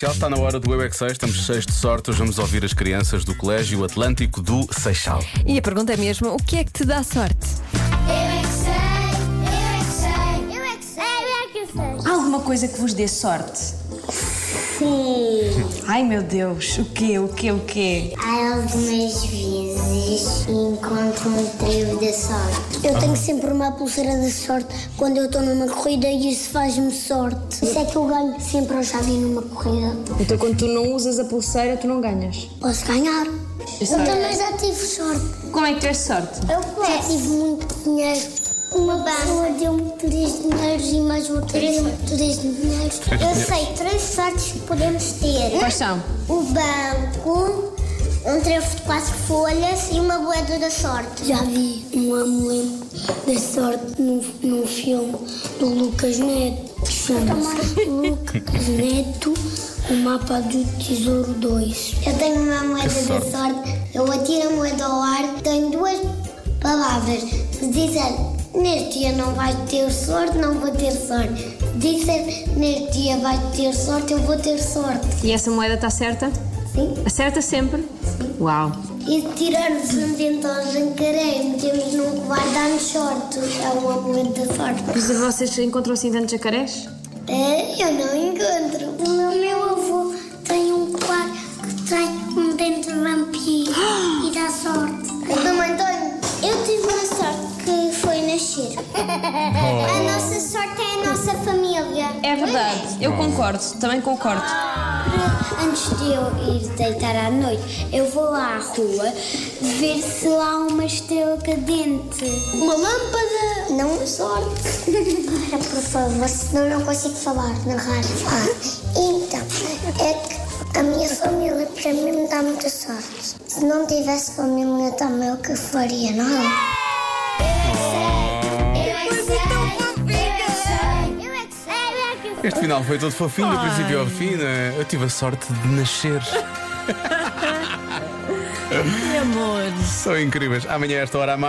Já está na hora do Eu é Que Sei, estamos cheios de sorte. Hoje vamos ouvir as crianças do Colégio Atlântico do Seixal. E a pergunta é mesmo: o que é que te dá sorte? Eu é que sei, eu é que sei, eu é que sei, eu é que sei. Há alguma coisa que vos dê sorte? Sim, Ai meu Deus, o quê, o quê, o quê? há algumas vezes encontro um trio da sorte. Eu tenho sempre uma pulseira da sorte quando eu estou numa corrida e isso faz-me sorte. Isso é que eu ganho sempre ao chave numa corrida. Então quando tu não usas a pulseira, tu não ganhas. Posso ganhar. Eu também já tive sorte. Como é que tiveste sorte? Eu posso. Já tive muito dinheiro. Uma pessoa deu-me três dinheiros e mais outra deu-me três dinheiros. Eu sei três sortes que podemos ter. Quais são? O Um banco, um trefo de quatro folhas e uma moeda da sorte. Já vi um amuleto da sorte num, num filme do Lucas Neto. que Chama-se Lucas Neto, o mapa do tesouro 2. Eu tenho uma moeda Que sorte. da sorte, eu atiro a moeda ao ar, tenho duas palavras. Se disser neste dia não vais ter sorte, não vou ter sorte. Se disser neste dia vais ter sorte, eu vou ter sorte. E essa moeda está certa? Sim? Acerta sempre? Uau! E tirarmos um dente ao jancaré e metemos num covarde dá-nos sorte. É um amuleto da sorte. Mas vocês encontram assim tantos jacarés? É, eu não encontro. O meu, meu avô tem um colar que tem um dente vampiro e dá sorte. Eu também tenho. Eu tive uma sorte que foi nascer. A nossa sorte é a nossa família. É verdade, eu concordo, também concordo. Antes de eu ir deitar à noite, eu vou lá à rua ver se lá há uma estrela cadente. Uma lâmpada! Não é sorte! Para, É, por favor, senão não consigo falar, narrar. Ah, então, é que a minha família para mim me dá muita sorte. Se não tivesse família também, o que faria, não é? então, é Este final foi todo fofinho, do princípio ao fim. né? Eu tive a sorte de nascer. Amor. São incríveis. Amanhã, a esta hora, há mais.